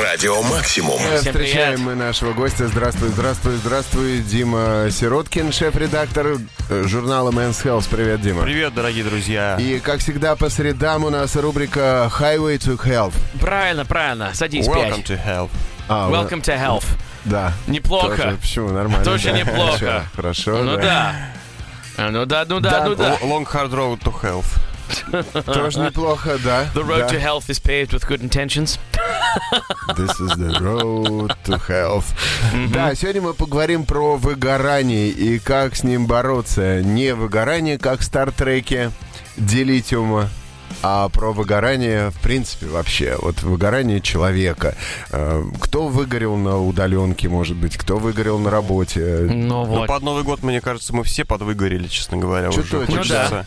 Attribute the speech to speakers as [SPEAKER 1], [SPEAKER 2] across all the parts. [SPEAKER 1] Радио Максимум.
[SPEAKER 2] Всем
[SPEAKER 3] Встречаем
[SPEAKER 2] привет.
[SPEAKER 3] мы нашего гостя. Здравствуй, здравствуй, здравствуй. Дима Сироткин, шеф-редактор э, журнала Men's Health. Привет, Дима.
[SPEAKER 4] Привет, дорогие друзья.
[SPEAKER 3] И, как всегда, по средам у нас рубрика Highway to Health.
[SPEAKER 2] Правильно, правильно. Садись,
[SPEAKER 4] Welcome
[SPEAKER 2] пять.
[SPEAKER 4] to Help.
[SPEAKER 3] А, у-
[SPEAKER 2] Welcome to health.
[SPEAKER 3] Да.
[SPEAKER 2] Неплохо.
[SPEAKER 3] Тоже, почему? Нормально.
[SPEAKER 2] Тоже
[SPEAKER 3] да.
[SPEAKER 2] неплохо.
[SPEAKER 3] Хорошо,
[SPEAKER 2] Ну да. А, Ну да, ну да, ну да.
[SPEAKER 4] Л- Long hard road to health.
[SPEAKER 3] Тоже неплохо, да.
[SPEAKER 2] The road
[SPEAKER 3] да.
[SPEAKER 2] to health is paved with good intentions.
[SPEAKER 3] This is the road to health. Да, сегодня мы поговорим про выгорание и как с ним бороться. Не выгорание, как в Стартреке Делитиума, а про выгорание, в принципе, вообще. Вот выгорание человека. Э, Кто выгорел на удаленке, может быть, кто выгорел на работе.
[SPEAKER 4] Ну,
[SPEAKER 2] Ну вот.
[SPEAKER 4] под Новый год, мне кажется, мы все подвыгорели, честно говоря,
[SPEAKER 3] Чё
[SPEAKER 4] уже.
[SPEAKER 3] ты- Ну
[SPEAKER 4] Хочется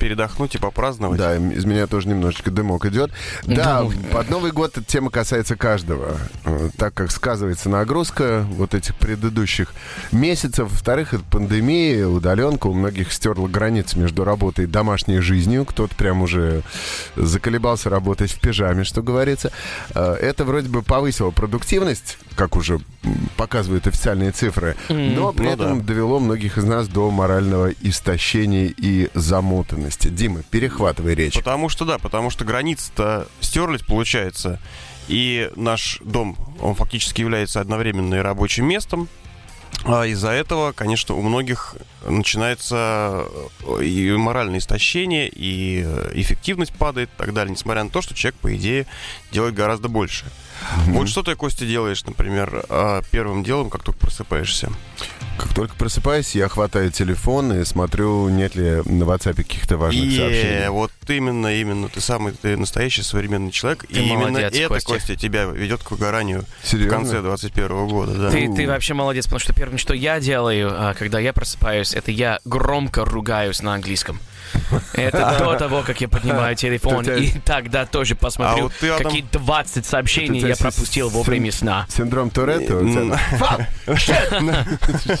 [SPEAKER 4] передохнуть и попраздновать.
[SPEAKER 3] Да, из меня тоже немножечко дымок идет. Да,
[SPEAKER 2] Дымок.
[SPEAKER 3] под Новый год эта тема касается каждого, э, так как сказывается нагрузка вот этих предыдущих месяцев. Во-вторых, это пандемия, удаленка у многих стерла границы между работой и домашней жизнью. Кто-то прям уже заколебался работать в пижаме, что говорится. Э, Это вроде бы повысило продуктивность, как уже м, показывают официальные цифры, но при
[SPEAKER 4] ну
[SPEAKER 3] этом довело многих из нас до морального истощения и замотанности. Дима, перехватывай речь.
[SPEAKER 4] Потому что, да, потому что границы-то стерлись, получается. И наш дом, он фактически является одновременно и рабочим местом. А из-за этого, конечно, у многих начинается э, и моральное истощение, и э, эффективность падает и так далее, несмотря на то, что человек, по идее, делает гораздо больше. Вот что ты, Костя, делаешь, например, э, первым делом, как только просыпаешься?
[SPEAKER 3] Как только просыпаюсь, я хватаю телефон и смотрю, нет ли на WhatsApp каких-то важных
[SPEAKER 4] И
[SPEAKER 3] сообщений.
[SPEAKER 4] вот именно, именно ты самый ты настоящий современный человек.
[SPEAKER 2] Ты
[SPEAKER 4] и именно
[SPEAKER 2] молодец,
[SPEAKER 4] это,
[SPEAKER 2] Костя.
[SPEAKER 4] Костя, тебя ведет к выгоранию
[SPEAKER 3] Серьезно?
[SPEAKER 4] в конце 21 года. Да.
[SPEAKER 2] Ты, ты вообще молодец, потому что первое, что я делаю, а, когда я просыпаюсь, это я громко ругаюсь на английском. Это до того, как я поднимаю телефон,
[SPEAKER 3] Тут я-
[SPEAKER 2] и тогда тоже посмотрю,
[SPEAKER 4] А вот ты, Адам-
[SPEAKER 2] какие 20 сообщений
[SPEAKER 3] Тут я
[SPEAKER 2] я
[SPEAKER 3] с-
[SPEAKER 2] пропустил
[SPEAKER 3] с-
[SPEAKER 2] во время сна.
[SPEAKER 3] Синдром Туретта? у тебя?
[SPEAKER 4] М,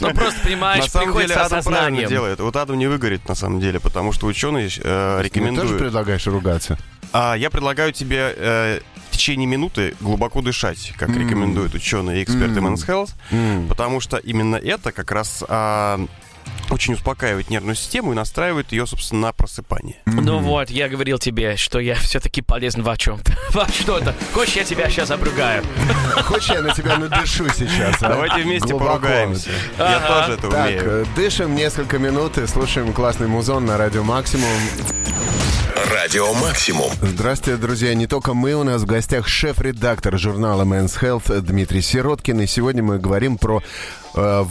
[SPEAKER 2] Ну просто,
[SPEAKER 4] На
[SPEAKER 2] понимаешь,
[SPEAKER 4] самом
[SPEAKER 2] приходит
[SPEAKER 4] деле
[SPEAKER 2] с
[SPEAKER 4] Адам правильно
[SPEAKER 2] осознанием.
[SPEAKER 4] делает. Вот Адам не выгорит на самом деле, потому что ученые э,
[SPEAKER 3] Ты тоже
[SPEAKER 4] рекомендуют.
[SPEAKER 3] предлагаешь ругаться?
[SPEAKER 4] А я предлагаю тебе э, в течение минуты глубоко дышать, как
[SPEAKER 3] М.
[SPEAKER 4] рекомендуют ученые и эксперты
[SPEAKER 3] М.
[SPEAKER 4] Men's Health,
[SPEAKER 3] М.
[SPEAKER 4] потому что именно это как раз а, очень успокаивает нервную систему и настраивает ее, собственно, на просыпание.
[SPEAKER 2] Ну вот, я говорил тебе, что я все-таки полезен во чем-то. Во что-то. Хочешь, я тебя сейчас обругаю?
[SPEAKER 3] Хочешь, я на тебя надышу сейчас? а?
[SPEAKER 4] Давайте вместе
[SPEAKER 3] Глубоко.
[SPEAKER 4] поругаемся. Я
[SPEAKER 2] Ага.
[SPEAKER 4] тоже это
[SPEAKER 3] Так,
[SPEAKER 4] умею.
[SPEAKER 3] э, дышим несколько минут и слушаем классный музон на радио Максимум.
[SPEAKER 1] Радио Максимум.
[SPEAKER 3] Здравствуйте, друзья. Не только мы, у нас в гостях шеф-редактор журнала Men's Health Дмитрий Сироткин. И сегодня мы говорим про э,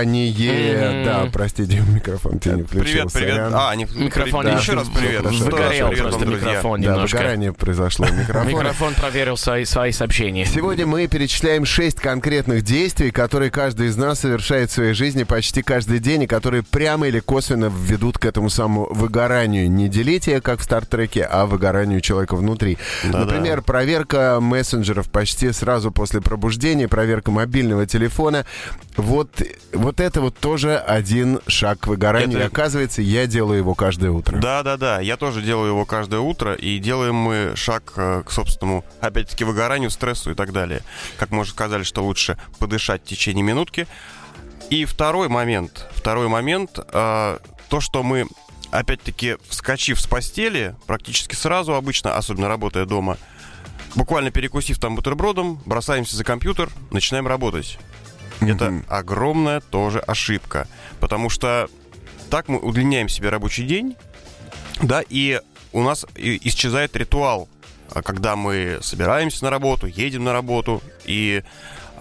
[SPEAKER 3] выгорание. Да, простите, микрофон тебе не включил.
[SPEAKER 4] Привет, привет.
[SPEAKER 3] сорян.
[SPEAKER 4] А, не
[SPEAKER 2] Микрофон
[SPEAKER 4] Да,
[SPEAKER 2] не
[SPEAKER 4] еще раз
[SPEAKER 3] включен.
[SPEAKER 4] привет. а
[SPEAKER 3] Хорошо.
[SPEAKER 4] Еще раз
[SPEAKER 2] Выгорел
[SPEAKER 4] привет
[SPEAKER 2] просто
[SPEAKER 4] вам, друзья.
[SPEAKER 2] микрофон
[SPEAKER 3] да,
[SPEAKER 2] немножко.
[SPEAKER 3] выгорание произошло микрофон.
[SPEAKER 2] Микрофон проверил свои, свои сообщения.
[SPEAKER 3] Сегодня мы перечисляем шесть конкретных действий, которые каждый из нас совершает в своей жизни почти каждый день, и которые прямо или косвенно ведут к этому самому выгоранию. Не делите, как в Стартреке, а выгоранию человека внутри. Например, проверка мессенджеров почти сразу после пробуждения, проверка мобильного телефона. Вот, вот это вот тоже один шаг к выгоранию.
[SPEAKER 4] Это-
[SPEAKER 3] И оказывается, я делаю его каждое утро.
[SPEAKER 4] Да, да, да. Я тоже делаю его каждое утро, и делаем мы шаг э, к собственному, опять-таки, выгоранию, стрессу и так далее. Как мы уже сказали, что лучше подышать в течение минутки. И второй момент. Второй момент. э, то, что мы, опять-таки, вскочив с постели, практически сразу обычно, особенно работая дома, буквально перекусив там бутербродом, бросаемся за компьютер, начинаем работать. Это огромная тоже ошибка. Потому что так мы удлиняем себе рабочий день, да, и у нас и- исчезает ритуал, а, когда мы собираемся на работу, едем на работу, и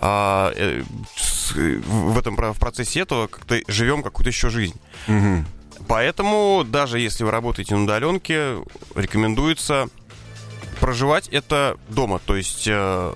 [SPEAKER 4] а, э, с- э, в в этом про- в процессе этого как-то живем какую-то еще жизнь.
[SPEAKER 3] Мгм.
[SPEAKER 4] Поэтому, даже если вы работаете на удаленке, рекомендуется проживать это дома, то есть э,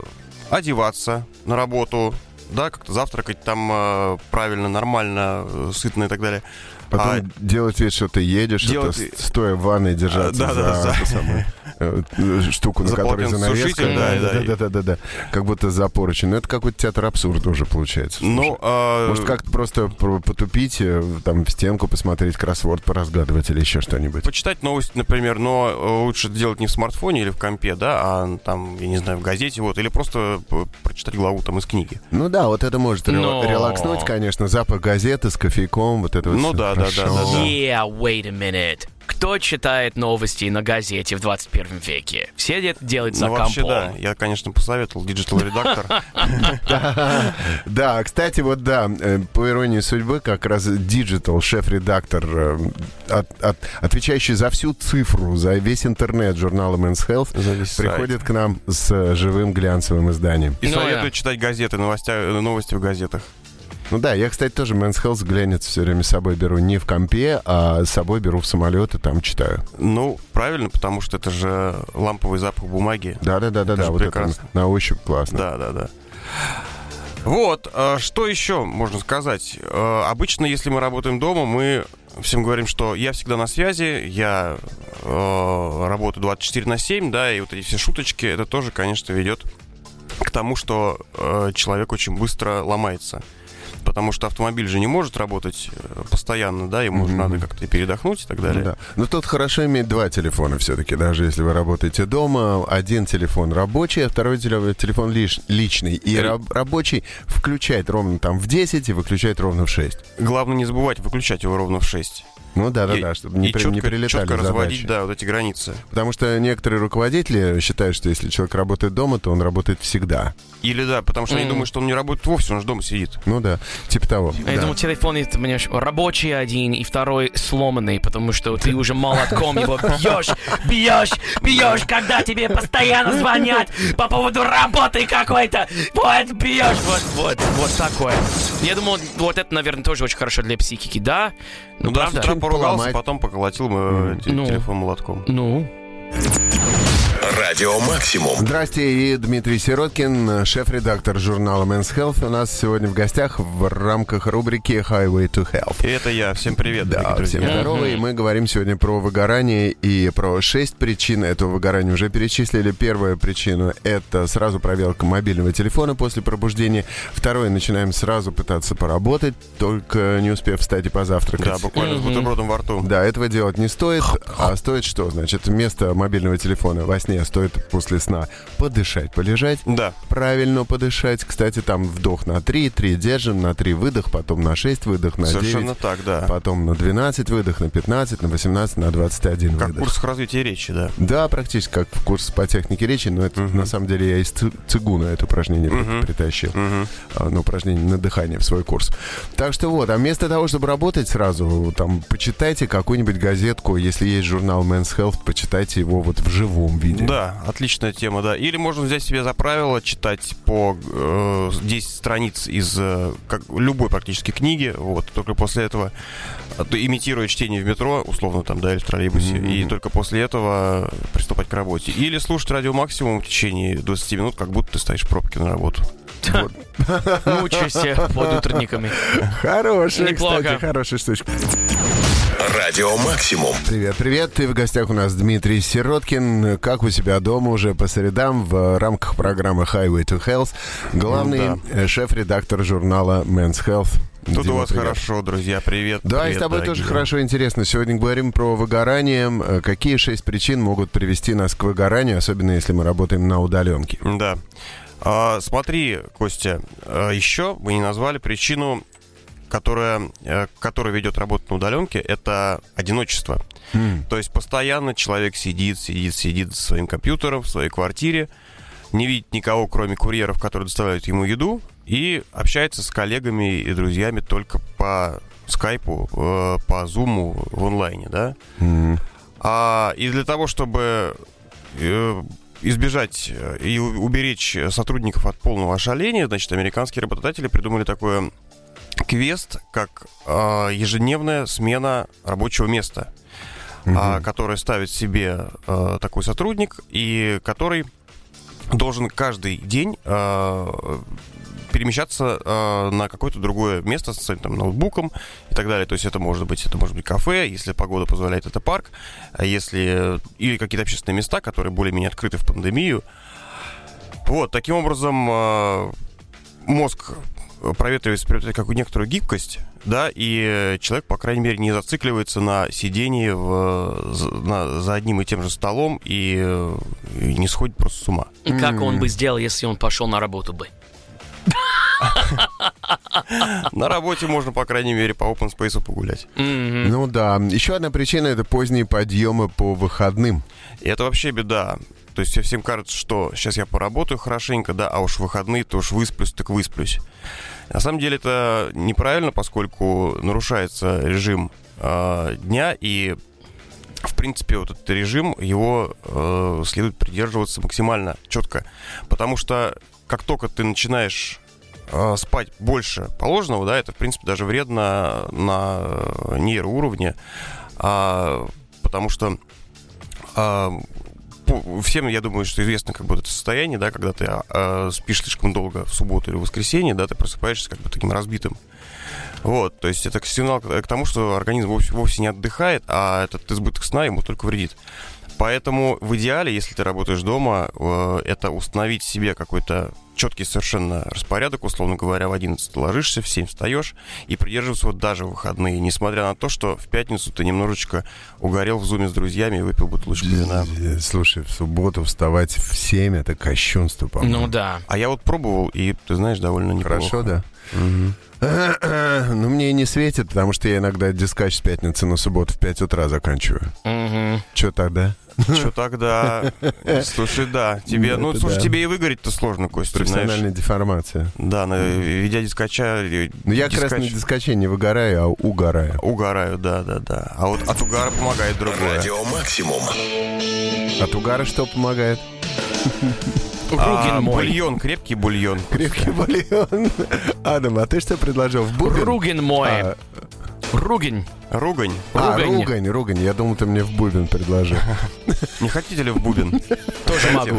[SPEAKER 4] одеваться на работу, да, как-то завтракать там э, правильно, нормально, э, сытно и так далее.
[SPEAKER 3] Потом
[SPEAKER 4] А-
[SPEAKER 3] делать вид, что ты едешь,
[SPEAKER 4] Делать-
[SPEAKER 3] это с- стоя в ванной держаться
[SPEAKER 4] Да,
[SPEAKER 3] за,
[SPEAKER 4] да, за-
[SPEAKER 3] эту самую, э, э, штуку, на
[SPEAKER 4] За
[SPEAKER 3] которой
[SPEAKER 4] полотенце
[SPEAKER 3] занавеска.
[SPEAKER 4] сушитель, да,
[SPEAKER 3] да,
[SPEAKER 4] да,
[SPEAKER 3] да,
[SPEAKER 4] и-
[SPEAKER 3] да, да, да. Как будто за поручень. Ну, это какой-то театр абсурда уже получается. слушай.
[SPEAKER 4] Ну, а,
[SPEAKER 3] Может, как-то просто про- потупить, э, там, в стенку посмотреть, кроссворд поразгадывать или еще что-нибудь.
[SPEAKER 4] почитать новости, например, но э, лучше это делать не в смартфоне или в компе, да, а там, я не знаю, в газете, вот, или просто э, прочитать главу там из книги.
[SPEAKER 3] Ну да, вот это может рела-
[SPEAKER 2] Но-
[SPEAKER 3] релакснуть, конечно, запах газеты с кофейком, вот это вот
[SPEAKER 4] Ну
[SPEAKER 3] всё.
[SPEAKER 4] да, да, да,
[SPEAKER 3] Хорошо.
[SPEAKER 4] да, да.
[SPEAKER 2] Yeah, wait a minute. Кто читает новости на газете в 21 веке? Все это делают за
[SPEAKER 4] ну, вообще,
[SPEAKER 2] компом.
[SPEAKER 4] да, я, конечно, посоветовал диджитал-редактор.
[SPEAKER 3] Да, кстати, вот да, э, по иронии судьбы, как раз Digital, шеф-редактор, э, от- от- отвечающий за всю цифру, за весь интернет журнала Men's Health,
[SPEAKER 4] За весь сайт.
[SPEAKER 3] приходит к нам с э, живым глянцевым изданием.
[SPEAKER 4] И
[SPEAKER 2] Ну,
[SPEAKER 4] советую
[SPEAKER 2] да.
[SPEAKER 4] читать газеты, новостя- новости в газетах.
[SPEAKER 3] Ну да, я, кстати, тоже Men's Health глянец все время с собой беру не в компе, а с собой беру в самолет и там читаю.
[SPEAKER 4] Ну, правильно, потому что это же ламповый запах бумаги.
[SPEAKER 3] Да-да-да-да,
[SPEAKER 4] Это
[SPEAKER 3] да,
[SPEAKER 4] же
[SPEAKER 3] вот это
[SPEAKER 4] прекрасно.
[SPEAKER 3] на ощупь классно.
[SPEAKER 4] Да, да, да. Вот, а что еще можно сказать? Э, Обычно, если мы работаем дома, мы всем говорим, что я всегда на связи, я э, работаю 24 на 7, да, и вот эти все шуточки, это тоже, конечно, ведет к тому, что э, человек очень быстро ломается. Потому что автомобиль же не может работать э, постоянно, да, ему же
[SPEAKER 3] Мгм.
[SPEAKER 4] надо как-то и передохнуть и так далее.
[SPEAKER 3] Ну Да. Но тут хорошо иметь два телефона все-таки, даже если вы работаете дома. Один телефон рабочий, а второй теле- телефон лиш- личный.
[SPEAKER 4] Э,
[SPEAKER 3] И раб- рабочий включает ровно там в 10 и выключает ровно в 6.
[SPEAKER 4] Главное не забывать выключать его ровно в 6.
[SPEAKER 3] Ну да, да,
[SPEAKER 4] И-
[SPEAKER 3] да, чтобы не,
[SPEAKER 4] и
[SPEAKER 3] при-
[SPEAKER 4] четко,
[SPEAKER 3] не прилетали
[SPEAKER 4] четко разводить,
[SPEAKER 3] задачи.
[SPEAKER 4] да, вот эти границы.
[SPEAKER 3] Потому что некоторые руководители считают, что если человек работает дома, то он работает всегда.
[SPEAKER 4] Или да, потому что они
[SPEAKER 2] Мгм.
[SPEAKER 4] думают, что он не работает вовсе, он же дома сидит.
[SPEAKER 3] Ну да, типа того.
[SPEAKER 2] Я
[SPEAKER 4] А
[SPEAKER 3] Да.
[SPEAKER 2] думал, телефон это, понимаешь, рабочий один, и второй сломанный, потому что ты уже молотком его бьешь, бьешь, бьешь, когда тебе постоянно звонят по поводу работы какой-то. Вот, бьешь, вот, вот, вот такое. Я думал, вот это, наверное, тоже очень хорошо для психики, да? Ну,
[SPEAKER 4] да,
[SPEAKER 2] правда?
[SPEAKER 4] вчера
[SPEAKER 3] Чё-нибудь
[SPEAKER 4] поругался,
[SPEAKER 3] поломать.
[SPEAKER 4] потом поколотил э, те-
[SPEAKER 2] Ну.
[SPEAKER 4] телефон молотком.
[SPEAKER 2] Ну,
[SPEAKER 1] Радио Максимум.
[SPEAKER 3] Здрасте, и Дмитрий Сироткин, шеф-редактор журнала Men's Health, у нас сегодня в гостях в рамках рубрики Highway to Health.
[SPEAKER 4] И это я. Всем привет,
[SPEAKER 3] Да,
[SPEAKER 4] дорогие друзья.
[SPEAKER 3] всем здорово. И мы говорим сегодня про выгорание и про шесть причин этого выгорания. Уже перечислили. Первая причина – это сразу проверка мобильного телефона после пробуждения. Второе – начинаем сразу пытаться поработать, только не успев встать и позавтракать.
[SPEAKER 4] Да, буквально с бутербродом во рту.
[SPEAKER 3] Да, этого делать не стоит. А стоит что? Значит, вместо мобильного телефона во сне стоит после сна подышать, полежать,
[SPEAKER 4] Да.
[SPEAKER 3] правильно подышать. Кстати, там вдох на 3, 3 держим, на 3 выдох, потом на 6 выдох, на 9,
[SPEAKER 4] совершенно так, да.
[SPEAKER 3] потом на 12 выдох, на 15, на 18, на 21
[SPEAKER 4] Как в
[SPEAKER 3] выдох.
[SPEAKER 4] курсах развития речи, да.
[SPEAKER 3] Да, практически как в курс по технике речи, но это на самом деле я из ци- цигуна это упражнение при- притащил. А, На упражнение на дыхание в свой курс. Так что вот, а вместо того, чтобы работать сразу, там почитайте какую-нибудь газетку, если есть журнал Men's Health, почитайте его вот в живом виде.
[SPEAKER 4] Да, отличная тема, да. Или можно взять себе за правило читать по э, 10 страниц из э, как, любой практически книги, вот, только после этого, а, то имитируя чтение в метро, условно там, да, или в троллейбусе, и только после этого приступать к работе. Или слушать радио максимум в течение 20 минут, как будто ты стоишь в пробке на работу.
[SPEAKER 2] мучайся под утренниками.
[SPEAKER 3] Хорошая,
[SPEAKER 2] Неплохо.
[SPEAKER 3] кстати, хорошая штучка.
[SPEAKER 1] Радио Максимум.
[SPEAKER 3] Привет, привет. Ты в гостях у нас Дмитрий Сироткин. Как у себя дома уже по средам в э, рамках программы Highway to Health. Главный
[SPEAKER 4] Ну
[SPEAKER 3] э, шеф-редактор журнала Men's Health.
[SPEAKER 4] Тут
[SPEAKER 3] Дима,
[SPEAKER 4] у вас
[SPEAKER 3] привет.
[SPEAKER 4] хорошо, друзья, привет.
[SPEAKER 3] Да, и
[SPEAKER 4] привет,
[SPEAKER 3] с тобой
[SPEAKER 4] дорогие.
[SPEAKER 3] тоже хорошо интересно. Сегодня говорим про выгорание. Э, Какие шесть причин могут привести нас к выгоранию, особенно если мы работаем на удаленке?
[SPEAKER 4] Да. А, смотри, Костя, а, еще мы не назвали причину, которая, э, к которой ведет работа на удаленке, это одиночество. То есть постоянно человек сидит, сидит, сидит за своим компьютером в своей квартире, не видит никого, кроме курьеров, которые доставляют ему еду, и общается с коллегами и друзьями только по скайпу, э, по зуму в онлайне, да? А, и для того, чтобы э, избежать э, и у- уберечь сотрудников от полного ошаления, значит, американские работодатели придумали такое квест, как э, ежедневная смена рабочего места, а, которое ставит себе э, такой сотрудник и который должен каждый день э, перемещаться э, на какое-то другое место с своим там, ноутбуком и так далее. То есть это может быть, это может быть кафе, если погода позволяет, это парк, а если или какие-то общественные места, которые более-менее открыты в пандемию. Вот, таким образом э, мозг э, проветривается, приобретает какую некоторую гибкость, да, и э, человек, по крайней мере, не зацикливается на сидении в, э, за- на- за одним и тем же столом и, э, и не сходит просто с ума.
[SPEAKER 2] И как он бы сделал, если он пошел на работу бы?
[SPEAKER 4] На работе можно, по крайней мере, по open space погулять.
[SPEAKER 2] Мгм.
[SPEAKER 3] Ну да. Еще одна причина это поздние подъемы по выходным.
[SPEAKER 4] И это вообще беда. То есть всем кажется, что сейчас я поработаю хорошенько, да, а уж в выходные, то уж высплюсь, так высплюсь. На самом деле это неправильно, поскольку нарушается режим э, дня, и, в принципе, вот этот режим, его э, следует придерживаться максимально четко. Потому что как только ты начинаешь э, спать больше положенного, да, это, в принципе, даже вредно на э, нейроуровне, а, потому что а, по- всем, я думаю, что известно как бы вот это состояние, да, когда ты а, спишь слишком долго в субботу или воскресенье, да, ты просыпаешься как бы таким разбитым. Вот, то есть это сигнал к к тому, что организм вовсе, вовсе не отдыхает, а этот избыток сна ему только вредит. Поэтому в идеале, если ты работаешь дома, э, это установить себе какой-то четкий совершенно распорядок, условно говоря, в 11 ты ложишься, в 7 встаешь и придерживаться вот даже в выходные, несмотря на то, что в пятницу ты немножечко угорел в зуме с друзьями и выпил бутылочку вина.
[SPEAKER 3] Э, Слушай, в субботу вставать в 7 это кощунство, по-моему.
[SPEAKER 2] Ну да.
[SPEAKER 4] А я вот пробовал, и, ты знаешь, довольно неплохо.
[SPEAKER 3] Хорошо, да. Ну, мне и не светит, потому что я иногда дискач с пятницы на субботу в 5 утра заканчиваю.
[SPEAKER 2] Мгм.
[SPEAKER 3] Че тогда?
[SPEAKER 4] Что тогда? Слушай, да. Тебе, ну,
[SPEAKER 3] Это
[SPEAKER 4] слушай,
[SPEAKER 3] да.
[SPEAKER 4] тебе и выгореть-то сложно, Костя,
[SPEAKER 3] Профессиональная
[SPEAKER 4] знаешь.
[SPEAKER 3] деформация.
[SPEAKER 4] Да, на- ведя дискача, э,
[SPEAKER 3] Ну, я как раз
[SPEAKER 4] дискач-
[SPEAKER 3] на дискаче не выгораю, а угораю.
[SPEAKER 4] Угораю, да, да, да. А вот от угара помогает другое.
[SPEAKER 1] Радио Максимум.
[SPEAKER 3] От угара что помогает?
[SPEAKER 2] Ругин
[SPEAKER 4] А,
[SPEAKER 2] мой.
[SPEAKER 4] Бульон, крепкий бульон.
[SPEAKER 3] Крепкий бульон. Адам, а ты что предложил? В бубен?
[SPEAKER 2] Ругин мой.
[SPEAKER 3] А,
[SPEAKER 2] Ругин.
[SPEAKER 4] Ругань.
[SPEAKER 3] а,
[SPEAKER 2] Ругань.
[SPEAKER 3] ругань, ругань. Я думал, ты мне в бубен предложил.
[SPEAKER 4] Не хотите ли в бубен?
[SPEAKER 2] Тоже могу.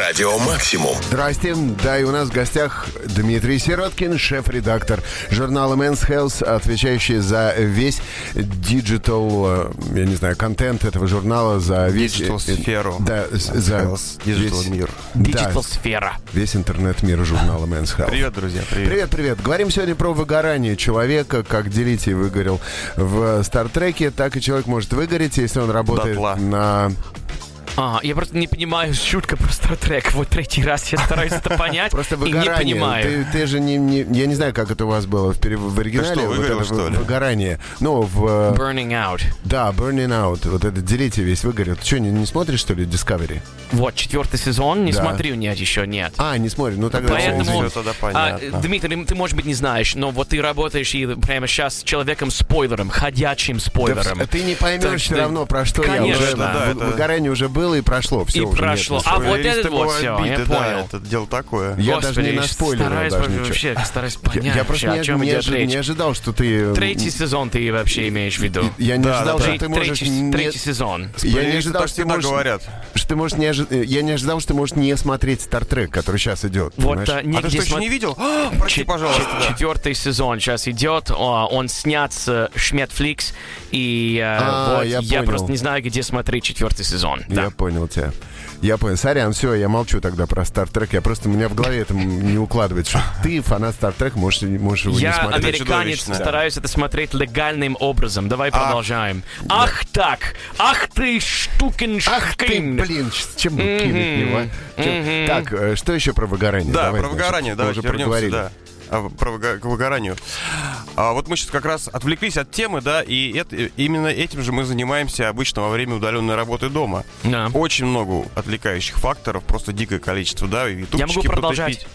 [SPEAKER 1] Радио Максимум.
[SPEAKER 3] Здрасте. Да, и у нас в гостях Дмитрий Сироткин, шеф-редактор журнала Men's Health, отвечающий за весь диджитал, э, я не знаю, контент этого журнала, за весь... э,
[SPEAKER 4] Диджитал-сферу.
[SPEAKER 3] Да, с- за
[SPEAKER 4] Health, digital
[SPEAKER 3] весь-
[SPEAKER 4] мир.
[SPEAKER 3] Да,
[SPEAKER 2] Digital сфера.
[SPEAKER 3] весь интернет-мир журнала Men's Health.
[SPEAKER 4] Привет, друзья, привет.
[SPEAKER 3] Привет, привет. Говорим сегодня про выгорание человека, как Делитий выгорел в Стартреке, так и человек может выгореть, если он работает
[SPEAKER 4] Дотла.
[SPEAKER 3] на...
[SPEAKER 2] А, я просто не понимаю, шутка про стартрек. Вот третий раз я стараюсь это понять.
[SPEAKER 3] Просто
[SPEAKER 2] и не
[SPEAKER 3] выгорание.
[SPEAKER 2] понимаю.
[SPEAKER 3] Ты, ты же не, не- Я не знаю, как это у вас было в, пере- в оригинале.
[SPEAKER 4] Ты что,
[SPEAKER 3] вот
[SPEAKER 4] выгорел,
[SPEAKER 3] это
[SPEAKER 4] что
[SPEAKER 3] вы-
[SPEAKER 4] ли?
[SPEAKER 3] Выгорание. Ну, в... э,
[SPEAKER 2] Burning out.
[SPEAKER 3] Да, Burning Out. Вот это Делитий весь выгорел. Ты что, не, не смотришь, что ли, Discovery?
[SPEAKER 2] Вот, четвертый сезон. Не
[SPEAKER 3] Да.
[SPEAKER 2] смотрю, нет, еще нет.
[SPEAKER 3] А, не смотришь. Ну, тогда...
[SPEAKER 2] Поэтому-
[SPEAKER 4] Всё тогда
[SPEAKER 2] А,
[SPEAKER 4] понятно.
[SPEAKER 2] Дмитрий, ты, может быть, не знаешь, но вот ты работаешь и прямо сейчас с человеком-спойлером, ходячим
[SPEAKER 3] Да
[SPEAKER 2] спойлером.
[SPEAKER 3] вс- ты не поймешь
[SPEAKER 2] Так
[SPEAKER 3] все
[SPEAKER 2] ты-
[SPEAKER 3] равно, про что
[SPEAKER 2] Конечно,
[SPEAKER 3] я уже.
[SPEAKER 4] да,
[SPEAKER 3] вы-
[SPEAKER 4] это-
[SPEAKER 3] Выгорание уже было и прошло. Все
[SPEAKER 2] И
[SPEAKER 3] уже нет,
[SPEAKER 2] прошло.
[SPEAKER 3] не
[SPEAKER 2] А вот
[SPEAKER 4] Флористы
[SPEAKER 2] этот вот
[SPEAKER 4] бывают
[SPEAKER 2] все, я
[SPEAKER 4] биты, Да,
[SPEAKER 2] понял.
[SPEAKER 4] это дело такое.
[SPEAKER 3] Я даже не
[SPEAKER 2] Господи,
[SPEAKER 3] наспойлерил
[SPEAKER 2] стараюсь
[SPEAKER 3] даже
[SPEAKER 2] вообще,
[SPEAKER 3] ничего.
[SPEAKER 2] стараюсь
[SPEAKER 3] Я-
[SPEAKER 2] понять.
[SPEAKER 3] Я просто
[SPEAKER 2] вообще,
[SPEAKER 3] не,
[SPEAKER 2] о чем
[SPEAKER 3] не
[SPEAKER 2] идет
[SPEAKER 3] ожи-
[SPEAKER 2] речь.
[SPEAKER 3] не ожидал, что ты... э,
[SPEAKER 2] Третий сезон ты вообще имеешь в виду.
[SPEAKER 3] Я не
[SPEAKER 4] Да,
[SPEAKER 3] ожидал,
[SPEAKER 4] да,
[SPEAKER 3] что
[SPEAKER 4] да.
[SPEAKER 3] ты можешь...
[SPEAKER 2] третий,
[SPEAKER 3] не-
[SPEAKER 2] третий сезон.
[SPEAKER 3] Я не
[SPEAKER 4] Флористы
[SPEAKER 3] ожидал,
[SPEAKER 4] так
[SPEAKER 3] что ты
[SPEAKER 4] всегда
[SPEAKER 3] можешь...
[SPEAKER 4] говорят.
[SPEAKER 3] Что ты можешь не ожи- э, Я не ожидал, что ты можешь не смотреть Стартрек, который сейчас идет.
[SPEAKER 2] Вот
[SPEAKER 3] понимаешь?
[SPEAKER 2] а,
[SPEAKER 4] А ты
[SPEAKER 2] нигде
[SPEAKER 4] что, еще
[SPEAKER 2] смотр-
[SPEAKER 4] не видел? А, Прости,
[SPEAKER 2] Чет-
[SPEAKER 4] пожалуйста.
[SPEAKER 2] чет-
[SPEAKER 4] да.
[SPEAKER 2] Четвертый сезон сейчас идет. а, Он снят с Шметфликс. И э,
[SPEAKER 3] А,
[SPEAKER 2] вот
[SPEAKER 3] я
[SPEAKER 2] я
[SPEAKER 3] понял.
[SPEAKER 2] просто не знаю, где смотреть четвертый сезон.
[SPEAKER 3] Я
[SPEAKER 2] Да.
[SPEAKER 3] понял тебя. Я понял. Сорян, все, я молчу тогда про Стартрек. Я просто у меня в голове это м, не укладывается. что Ты фанат Стартрека, можешь, можешь его не
[SPEAKER 2] Я
[SPEAKER 3] смотреть.
[SPEAKER 2] американец,
[SPEAKER 4] чудовищно.
[SPEAKER 2] стараюсь это смотреть легальным образом. Давай продолжаем. Ах так! Ах ты штукин
[SPEAKER 3] Ах ты,
[SPEAKER 2] штукин!
[SPEAKER 3] блин, с чем мы кинуть его? а? Чем- Так, э, что еще про выгорание?
[SPEAKER 4] Да,
[SPEAKER 3] Давай,
[SPEAKER 4] про
[SPEAKER 3] значит,
[SPEAKER 4] выгорание,
[SPEAKER 3] мы
[SPEAKER 4] да,
[SPEAKER 3] уже
[SPEAKER 4] вернемся,
[SPEAKER 3] проговорили.
[SPEAKER 4] да. А, Про выго- к выгоранию. А, вот мы сейчас как раз отвлеклись от темы, да, и это- именно этим же мы занимаемся обычно во время удаленной работы дома.
[SPEAKER 3] А.
[SPEAKER 2] Да.
[SPEAKER 4] Очень много отвлекающих факторов, просто дикое количество, да, и
[SPEAKER 2] Я могу
[SPEAKER 4] ютубчики
[SPEAKER 2] продолжать.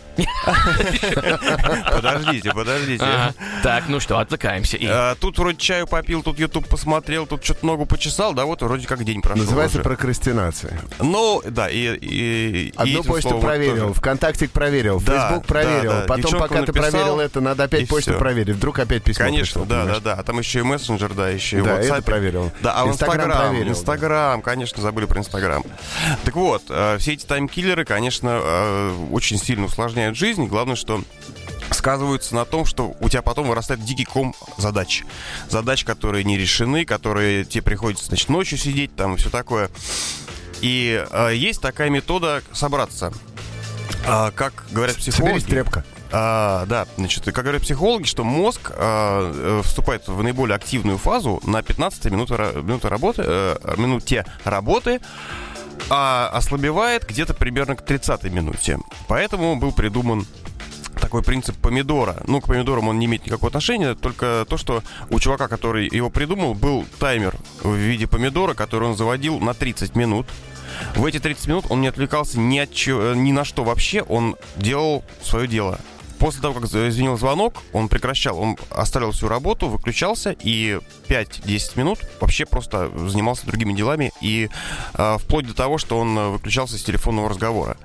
[SPEAKER 4] потупить. Подождите, подождите.
[SPEAKER 2] Ага. Так, ну что, отвлекаемся. И-
[SPEAKER 4] А, Тут вроде чаю попил, тут YouTube посмотрел, тут что-то ногу почесал, да, вот вроде как день прошел
[SPEAKER 3] А Называется
[SPEAKER 4] уже.
[SPEAKER 3] прокрастинация.
[SPEAKER 4] Ну, да, и... и- и
[SPEAKER 3] Одну
[SPEAKER 4] этим
[SPEAKER 3] почту
[SPEAKER 4] словом
[SPEAKER 3] проверил,
[SPEAKER 4] тоже.
[SPEAKER 3] ВКонтактик проверил,
[SPEAKER 4] Да,
[SPEAKER 3] Фейсбук
[SPEAKER 4] да,
[SPEAKER 3] проверил.
[SPEAKER 4] да.
[SPEAKER 3] Потом,
[SPEAKER 4] Девчонку
[SPEAKER 3] пока ты
[SPEAKER 4] написал,
[SPEAKER 3] проверил это, надо опять
[SPEAKER 4] и
[SPEAKER 3] почту
[SPEAKER 4] всё.
[SPEAKER 3] проверить. Вдруг опять письмо
[SPEAKER 4] Конечно,
[SPEAKER 3] пришло,
[SPEAKER 4] да,
[SPEAKER 3] понимаешь?
[SPEAKER 4] да, да. А там еще и мессенджер, да, еще и
[SPEAKER 3] Да,
[SPEAKER 4] WhatsApp.
[SPEAKER 3] это проверил.
[SPEAKER 4] Да, а в
[SPEAKER 3] Инстаграм
[SPEAKER 4] Инстаграм.
[SPEAKER 3] проверил, да.
[SPEAKER 4] Инстаграм, конечно, забыли про Инстаграм. Так вот, э, все эти таймкиллеры, конечно, э, очень сильно усложняют меняют жизнь. Главное, что сказываются на том, что у тебя потом вырастает дикий ком задач. Задач, которые не решены, которые тебе приходится, значит, ночью сидеть, там, и все такое. И э, есть такая метода собраться. А, как говорят психологи...
[SPEAKER 3] Соберись, тряпка.
[SPEAKER 4] А, да, значит, как говорят психологи, что мозг а, э, вступает в наиболее активную фазу на 15 минуты, ра- минуты работы, э, минуте работы, а ослабевает где-то примерно к 30 минуте. Поэтому был придуман такой принцип помидора. Ну, к помидорам он не имеет никакого отношения, только то, что у чувака, который его придумал, был таймер в виде помидора, который он заводил на 30 минут. В эти 30 минут он не отвлекался ни, от чего, ни на что вообще, он делал свое дело. После того, как звенел звонок, он прекращал, он оставлял всю работу, выключался и 5-10 минут вообще просто занимался другими делами и э, вплоть до того, что он э, выключался с телефонного разговора.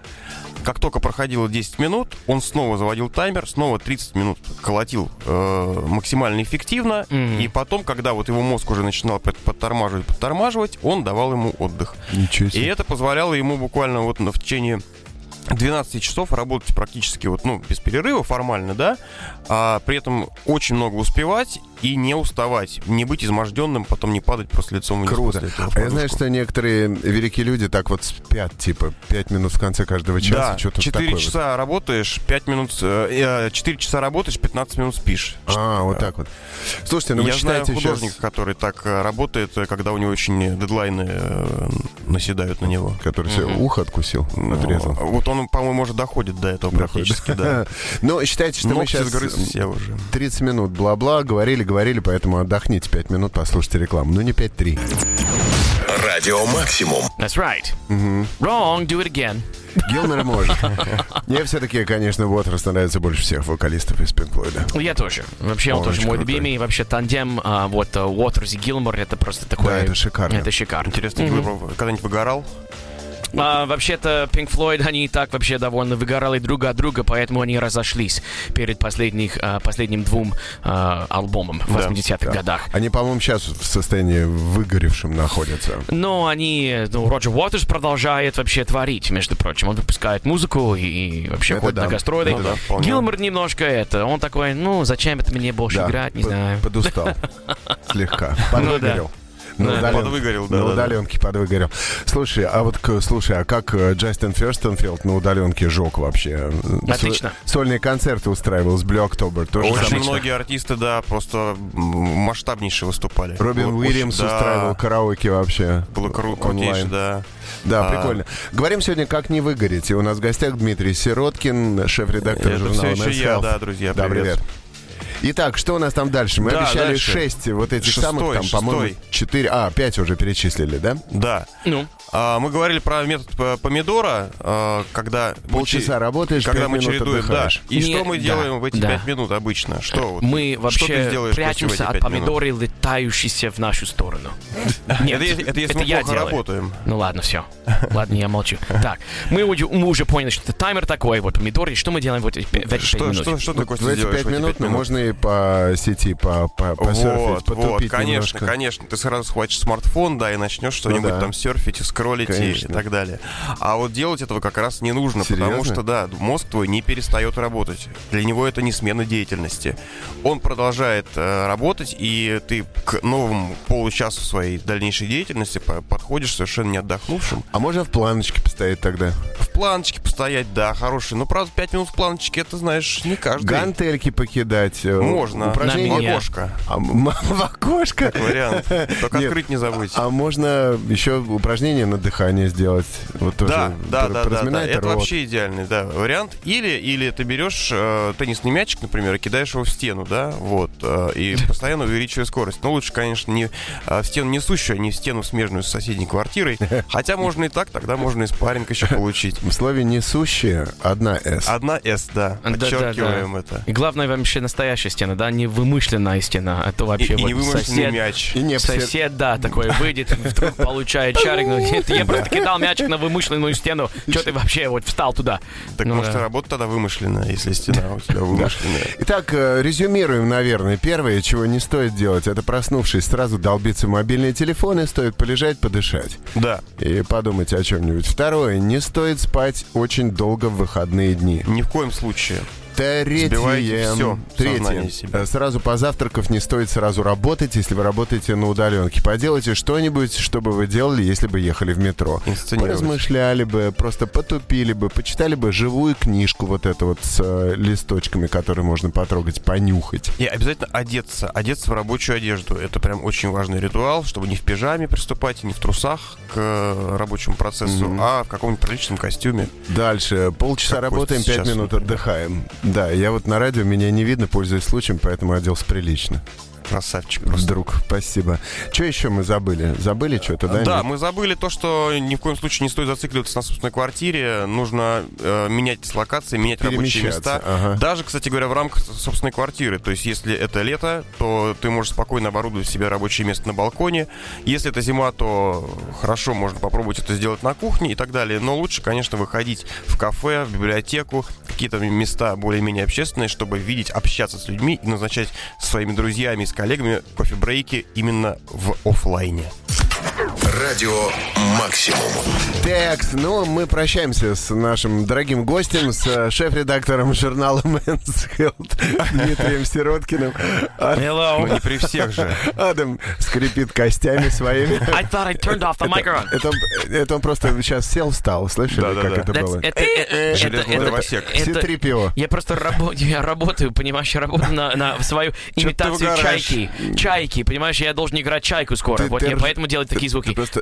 [SPEAKER 4] Как только проходило 10 минут, он снова заводил таймер, снова 30 минут колотил э, максимально эффективно,
[SPEAKER 2] Мгм.
[SPEAKER 4] и потом, когда вот его мозг уже начинал под- подтормаживать, подтормаживать, он давал ему отдых.
[SPEAKER 3] Ничего
[SPEAKER 4] И это позволяло ему буквально вот на- в течение 12 часов работать практически вот, ну, без перерыва формально, да, а при этом очень много успевать и не уставать, не быть изможденным, потом не падать просто лицом вниз.
[SPEAKER 3] Круто.
[SPEAKER 4] после этого в
[SPEAKER 3] А я знаю,
[SPEAKER 4] подушку.
[SPEAKER 3] что некоторые великие люди так вот спят, типа, пять минут в конце каждого часа,
[SPEAKER 4] Да,
[SPEAKER 3] что-то
[SPEAKER 4] 4
[SPEAKER 3] такое. вот.
[SPEAKER 4] часа работаешь, 5 минут, 4 часа работаешь, 15 минут спишь.
[SPEAKER 3] А, вот так вот. Слушайте, ну вы
[SPEAKER 4] я знаю
[SPEAKER 3] читаете сейчас...
[SPEAKER 4] художника, который так э, работает, э, когда у него очень дедлайны э, наседают на него.
[SPEAKER 3] Который себе ухо откусил, отрезал.
[SPEAKER 4] Ну, Вот он, по-моему, может, доходит до этого практически, да.
[SPEAKER 3] Ну, считайте, что мы
[SPEAKER 4] Ногти
[SPEAKER 3] сейчас...
[SPEAKER 4] сгрыз все уже.
[SPEAKER 3] 30 минут, бла-бла, говорили, говорили, поэтому отдохните 5 минут, послушайте рекламу. Ну, не 5-3.
[SPEAKER 1] Радио Максимум.
[SPEAKER 2] That's right. Wrong, do it again.
[SPEAKER 3] Гилмор может. Мне все-таки, конечно, Уотерс нравится больше всех вокалистов из Pink Floyd.
[SPEAKER 2] Ну, Я тоже. Вообще, он
[SPEAKER 3] Он
[SPEAKER 2] тоже
[SPEAKER 3] очень
[SPEAKER 2] мой
[SPEAKER 3] крутой.
[SPEAKER 2] любимый. И вообще, тандем, а, вот, а, Уотерс и Гилмор, это просто такое...
[SPEAKER 3] Да, это шикарно.
[SPEAKER 2] Это шикарно.
[SPEAKER 4] Интересно, Егор, когда-нибудь выгорал?
[SPEAKER 2] А, вообще-то, Pink Floyd, они и так вообще довольно выгорали друг от друга, поэтому они разошлись перед последних, а, последним двум а, альбомом в 80-х годах.
[SPEAKER 3] Они, по-моему, сейчас в состоянии выгоревшем находятся.
[SPEAKER 2] Но они, ну, Роджер Уотерс продолжает вообще творить, между прочим. Он выпускает музыку и, и вообще
[SPEAKER 3] Это
[SPEAKER 2] ходит
[SPEAKER 3] да.
[SPEAKER 2] на гастроли.
[SPEAKER 4] Ну да, вполне.
[SPEAKER 2] Гилмор немножко это. Он такой, ну, зачем это мне больше
[SPEAKER 3] Да,
[SPEAKER 2] играть, не
[SPEAKER 3] под-
[SPEAKER 2] знаю.
[SPEAKER 3] Подустал. Слегка. Подвыгорел.
[SPEAKER 2] Да.
[SPEAKER 3] На удаленке.
[SPEAKER 4] Подвыгорел, Ну да,
[SPEAKER 3] На
[SPEAKER 4] да, да.
[SPEAKER 3] удаленке подвыгорел. Слушай, а вот к- слушай, а как э, Джастин Ферстенфилд на удаленке жег вообще? Э,
[SPEAKER 2] Отлично.
[SPEAKER 3] со- Сольные концерты устраивал с Blue October. Тоже
[SPEAKER 4] Очень
[SPEAKER 3] отлично.
[SPEAKER 4] многие артисты, да, просто м, масштабнейше выступали.
[SPEAKER 3] Робин
[SPEAKER 4] Было
[SPEAKER 3] Уильямс
[SPEAKER 4] очень- да,
[SPEAKER 3] устраивал караоке вообще.
[SPEAKER 4] Было кру- крутейше,
[SPEAKER 3] онлайн.
[SPEAKER 4] да.
[SPEAKER 3] Да,
[SPEAKER 4] А.
[SPEAKER 3] прикольно. Говорим сегодня, как не выгореть. И у нас в гостях Дмитрий Сироткин, шеф-редактор
[SPEAKER 4] Это
[SPEAKER 3] журнала
[SPEAKER 4] все еще
[SPEAKER 3] Men's
[SPEAKER 4] я,
[SPEAKER 3] Health.
[SPEAKER 4] да, друзья,
[SPEAKER 3] Да,
[SPEAKER 4] привет.
[SPEAKER 3] привет. Итак, что у нас там дальше? Мы
[SPEAKER 4] Да,
[SPEAKER 3] обещали
[SPEAKER 4] дальше.
[SPEAKER 3] шесть вот этих
[SPEAKER 4] Шестой,
[SPEAKER 3] самых, там, по-моему,
[SPEAKER 4] шестой.
[SPEAKER 3] четыре, а, пять уже перечислили, да?
[SPEAKER 4] Да.
[SPEAKER 2] Ну,
[SPEAKER 4] А, мы говорили про метод э, помидора, э, когда... мы
[SPEAKER 3] Полчаса
[SPEAKER 4] че-
[SPEAKER 3] работаешь,
[SPEAKER 4] Когда
[SPEAKER 3] пять
[SPEAKER 4] мы
[SPEAKER 3] минут
[SPEAKER 4] чередуем, да.
[SPEAKER 3] отдыхаешь.
[SPEAKER 4] И что
[SPEAKER 2] Не-
[SPEAKER 4] мы
[SPEAKER 2] да,
[SPEAKER 4] делаем в эти
[SPEAKER 2] да.
[SPEAKER 4] пять минут обычно? Что? вот-
[SPEAKER 2] мы
[SPEAKER 4] что ты
[SPEAKER 2] вообще
[SPEAKER 4] сделаешь против этих
[SPEAKER 2] прячемся от
[SPEAKER 4] пять минут?
[SPEAKER 2] помидора, летающейся в нашу сторону.
[SPEAKER 4] Это, если- это если
[SPEAKER 2] это
[SPEAKER 4] мы
[SPEAKER 2] я
[SPEAKER 4] плохо
[SPEAKER 2] делаю.
[SPEAKER 4] работаем.
[SPEAKER 2] Ну ладно, все. Ладно, я молчу. Так, мы уже, мы уже поняли, что это таймер такой, вот помидор, и что мы делаем вот эти пя- в эти пять
[SPEAKER 4] Что,
[SPEAKER 2] минут?
[SPEAKER 4] что, что ты, Костя,
[SPEAKER 3] в эти
[SPEAKER 4] делаешь
[SPEAKER 3] пять
[SPEAKER 4] в эти
[SPEAKER 3] минут,
[SPEAKER 4] пять
[SPEAKER 3] ну, можно и по сети по, по, посерфить,
[SPEAKER 4] Вот, вот,
[SPEAKER 3] потупить
[SPEAKER 4] конечно,
[SPEAKER 3] немножко. Ну
[SPEAKER 4] конечно. Ты сразу схватишь смартфон, да, и начнешь что-нибудь
[SPEAKER 3] да.
[SPEAKER 4] там серфить, и скроллить
[SPEAKER 3] Конечно.
[SPEAKER 4] и так далее. А вот делать этого как раз не нужно, потому
[SPEAKER 3] Серьезно?
[SPEAKER 4] что, да, мозг твой не перестает работать. Для него это не смена деятельности. Он продолжает э, работать, и ты к новому получасу своей дальнейшей деятельности по- подходишь совершенно не отдохнувшим.
[SPEAKER 3] А можно в планочке постоять тогда?
[SPEAKER 4] В планочке постоять, да, хороший. Но, правда, 5 минут в планочке, это, знаешь, не каждый.
[SPEAKER 3] Гантельки покидать. э,
[SPEAKER 4] Можно.
[SPEAKER 2] На
[SPEAKER 3] Упражнения.
[SPEAKER 2] меня.
[SPEAKER 4] Окошко.
[SPEAKER 3] А, м- в окошко.
[SPEAKER 4] Вариант. Только
[SPEAKER 3] Нет.
[SPEAKER 4] открыть не забыть.
[SPEAKER 3] А можно еще упражнение на дыхание сделать. Вот тоже
[SPEAKER 4] Да, да,
[SPEAKER 3] пр-
[SPEAKER 4] да, да, да.
[SPEAKER 3] поразминает
[SPEAKER 4] Это
[SPEAKER 3] рот.
[SPEAKER 4] вообще идеальный, да, вариант. Или, или ты берешь э, теннисный мячик, например, и кидаешь его в стену, да, вот, э, и постоянно увеличивая скорость. Но лучше, конечно, не э, в стену несущую, а не в стену смежную с соседней квартирой. Хотя можно и так, тогда можно и спарринг еще получить.
[SPEAKER 3] В слове несущие одна С.
[SPEAKER 4] Одна S, да.
[SPEAKER 2] Да, да, да.
[SPEAKER 4] Подчеркиваем это.
[SPEAKER 2] И главное вообще настоящая стена, да, не вымышленная стена, а то
[SPEAKER 4] И,
[SPEAKER 2] вообще
[SPEAKER 4] и
[SPEAKER 2] вот
[SPEAKER 4] невымышленный
[SPEAKER 2] сосед,
[SPEAKER 4] мяч.
[SPEAKER 3] И не все-
[SPEAKER 2] сосед, да, такой выйдет, вдруг получает чарик, ну, Нет, я просто кидал мячик на вымышленную стену. Че ты вообще вот встал туда?
[SPEAKER 4] Так
[SPEAKER 2] Ну
[SPEAKER 4] может
[SPEAKER 2] да.
[SPEAKER 4] работа тогда вымышленная, если стена у тебя вымышленная.
[SPEAKER 3] Итак, э, резюмируем, наверное. Первое, чего не стоит делать, это проснувшись сразу долбиться в мобильные телефоны, стоит полежать, подышать
[SPEAKER 4] Да,
[SPEAKER 3] и подумать о чем-нибудь. Второе, не стоит спать очень долго в выходные дни.
[SPEAKER 4] ни в коем случае.
[SPEAKER 3] Третье,
[SPEAKER 4] Сбиваете всё
[SPEAKER 3] третье
[SPEAKER 4] сознание из себя.
[SPEAKER 3] э, сразу позавтракав не стоит сразу работать, если вы работаете на удаленке. Поделайте что-нибудь, что бы вы делали, если бы ехали в метро.
[SPEAKER 4] Инсценировать.
[SPEAKER 3] Размышляли бы, просто потупили бы, почитали бы живую книжку вот эту вот с э, листочками, которые можно потрогать, понюхать.
[SPEAKER 4] И обязательно одеться. Одеться в рабочую одежду. Это прям очень важный ритуал, чтобы не в пижаме приступать, и не в трусах к э, рабочему процессу, а в каком-нибудь приличном костюме.
[SPEAKER 3] Дальше. Полчаса
[SPEAKER 4] Как
[SPEAKER 3] работаем,
[SPEAKER 4] Костя
[SPEAKER 3] пять
[SPEAKER 4] сейчас,
[SPEAKER 3] минут
[SPEAKER 4] вот.
[SPEAKER 3] отдыхаем. Да, я вот на радио меня не видно, пользуясь случаем, поэтому оделся прилично.
[SPEAKER 4] Красавчик просто.
[SPEAKER 3] Вдруг, спасибо. Что еще мы забыли? Забыли что-то, да?
[SPEAKER 4] Да,
[SPEAKER 3] Нет?
[SPEAKER 4] мы забыли то, что ни в коем случае не стоит зацикливаться на собственной квартире. Нужно э, менять дислокации, менять рабочие
[SPEAKER 3] Перемещаться,
[SPEAKER 4] места.
[SPEAKER 3] ага.
[SPEAKER 4] Даже, кстати говоря, в рамках собственной квартиры. То есть, если это лето, то ты можешь спокойно оборудовать себе рабочее место на балконе. Если это зима, то хорошо, можно попробовать это сделать на кухне и так далее. Но лучше, конечно, выходить в кафе, в библиотеку, какие-то места более-менее общественные, чтобы видеть, общаться с людьми и назначать со своими друзьями и с коллегами кофе-брейки именно в оффлайне.
[SPEAKER 1] Радио Максимум.
[SPEAKER 3] Текс, ну мы прощаемся с нашим дорогим гостем, с э, шеф-редактором журнала Men's Health Дмитрием Сироткиным. А-
[SPEAKER 4] Ну,
[SPEAKER 2] Hello.
[SPEAKER 4] не при всех же.
[SPEAKER 3] Адам скрипит костями своими.
[SPEAKER 4] А,
[SPEAKER 2] I thought I turned off the microphone.
[SPEAKER 3] Это, это он просто сейчас сел, встал, слышали, как
[SPEAKER 4] Да-да-да.
[SPEAKER 3] это
[SPEAKER 2] That's-
[SPEAKER 3] было?
[SPEAKER 2] это- это-
[SPEAKER 4] Железный
[SPEAKER 2] это-
[SPEAKER 4] дровосек.
[SPEAKER 2] это-
[SPEAKER 3] Все три пиво.
[SPEAKER 2] Я просто рабо- я работаю, понимаешь, я работаю на, на свою имитацию
[SPEAKER 4] выгораешь.
[SPEAKER 2] чайки. Чайки, понимаешь, я должен играть чайку скоро.
[SPEAKER 3] Ты-
[SPEAKER 2] вот
[SPEAKER 3] ты
[SPEAKER 2] я
[SPEAKER 3] рж-
[SPEAKER 2] поэтому делаю такие звуки.
[SPEAKER 3] Просто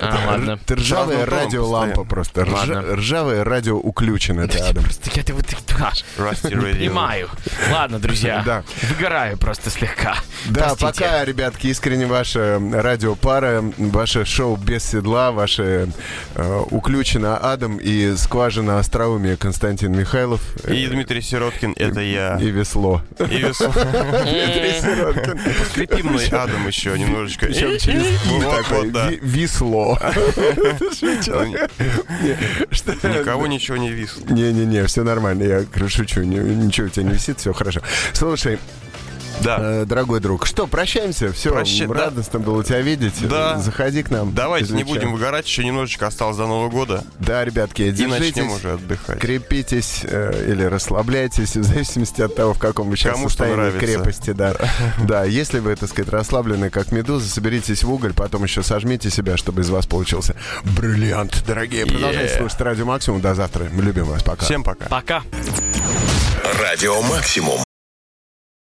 [SPEAKER 2] А, ладно.
[SPEAKER 3] ты ржавая
[SPEAKER 4] Разным тоном
[SPEAKER 3] радиолампа
[SPEAKER 4] постоянно.
[SPEAKER 3] просто. Рж-
[SPEAKER 2] Ладно.
[SPEAKER 3] Ржавая радио уключена, да, Адам.
[SPEAKER 2] Просто я ты вот ты- да,
[SPEAKER 4] Rusty Radio.
[SPEAKER 2] не понимаю. Ладно, друзья.
[SPEAKER 3] Да.
[SPEAKER 2] Выгораю просто слегка.
[SPEAKER 3] Да,
[SPEAKER 2] Простите.
[SPEAKER 3] пока, ребятки, искренне ваша радиопара, ваше шоу без седла, ваше э, уключено Адам и скважина остроумия Константин Михайлов э,
[SPEAKER 4] И Дмитрий Сироткин, это я.
[SPEAKER 3] и весло.
[SPEAKER 4] И Весу- Подкрепи мной Адам еще немножечко.
[SPEAKER 3] Причем через «и»
[SPEAKER 4] Вот,
[SPEAKER 3] такое,
[SPEAKER 4] вот, да.
[SPEAKER 3] «Ви- весло.
[SPEAKER 4] Никого ничего не висло.
[SPEAKER 3] Не-не-не, все нормально, я шучу, не- ничего у тебя не висит, все хорошо. Слушай,
[SPEAKER 4] Да.
[SPEAKER 3] э, дорогой друг, что, прощаемся? Все,
[SPEAKER 4] Проща- да.
[SPEAKER 3] радостно было тебя видеть.
[SPEAKER 4] Да.
[SPEAKER 3] Заходи к нам.
[SPEAKER 4] Давайте не
[SPEAKER 3] изучай.
[SPEAKER 4] будем выгорать, еще немножечко осталось до Нового года.
[SPEAKER 3] Да, ребятки,
[SPEAKER 4] И
[SPEAKER 3] держитесь.
[SPEAKER 4] начнем уже отдыхать.
[SPEAKER 3] Крепитесь э, или расслабляйтесь, в зависимости от того, в каком вы сейчас
[SPEAKER 4] Кому что
[SPEAKER 3] состоянии
[SPEAKER 4] нравится.
[SPEAKER 3] крепости. Да. да, если вы, так сказать, расслаблены, как медуза, соберитесь в уголь, потом еще сожмите себя, чтобы из вас получился бриллиант, дорогие. Продолжайте
[SPEAKER 4] Yeah.
[SPEAKER 3] слушать Радио Максимум. До завтра. Мы любим вас. Пока.
[SPEAKER 4] Всем пока.
[SPEAKER 2] Пока.
[SPEAKER 1] Радио Максимум.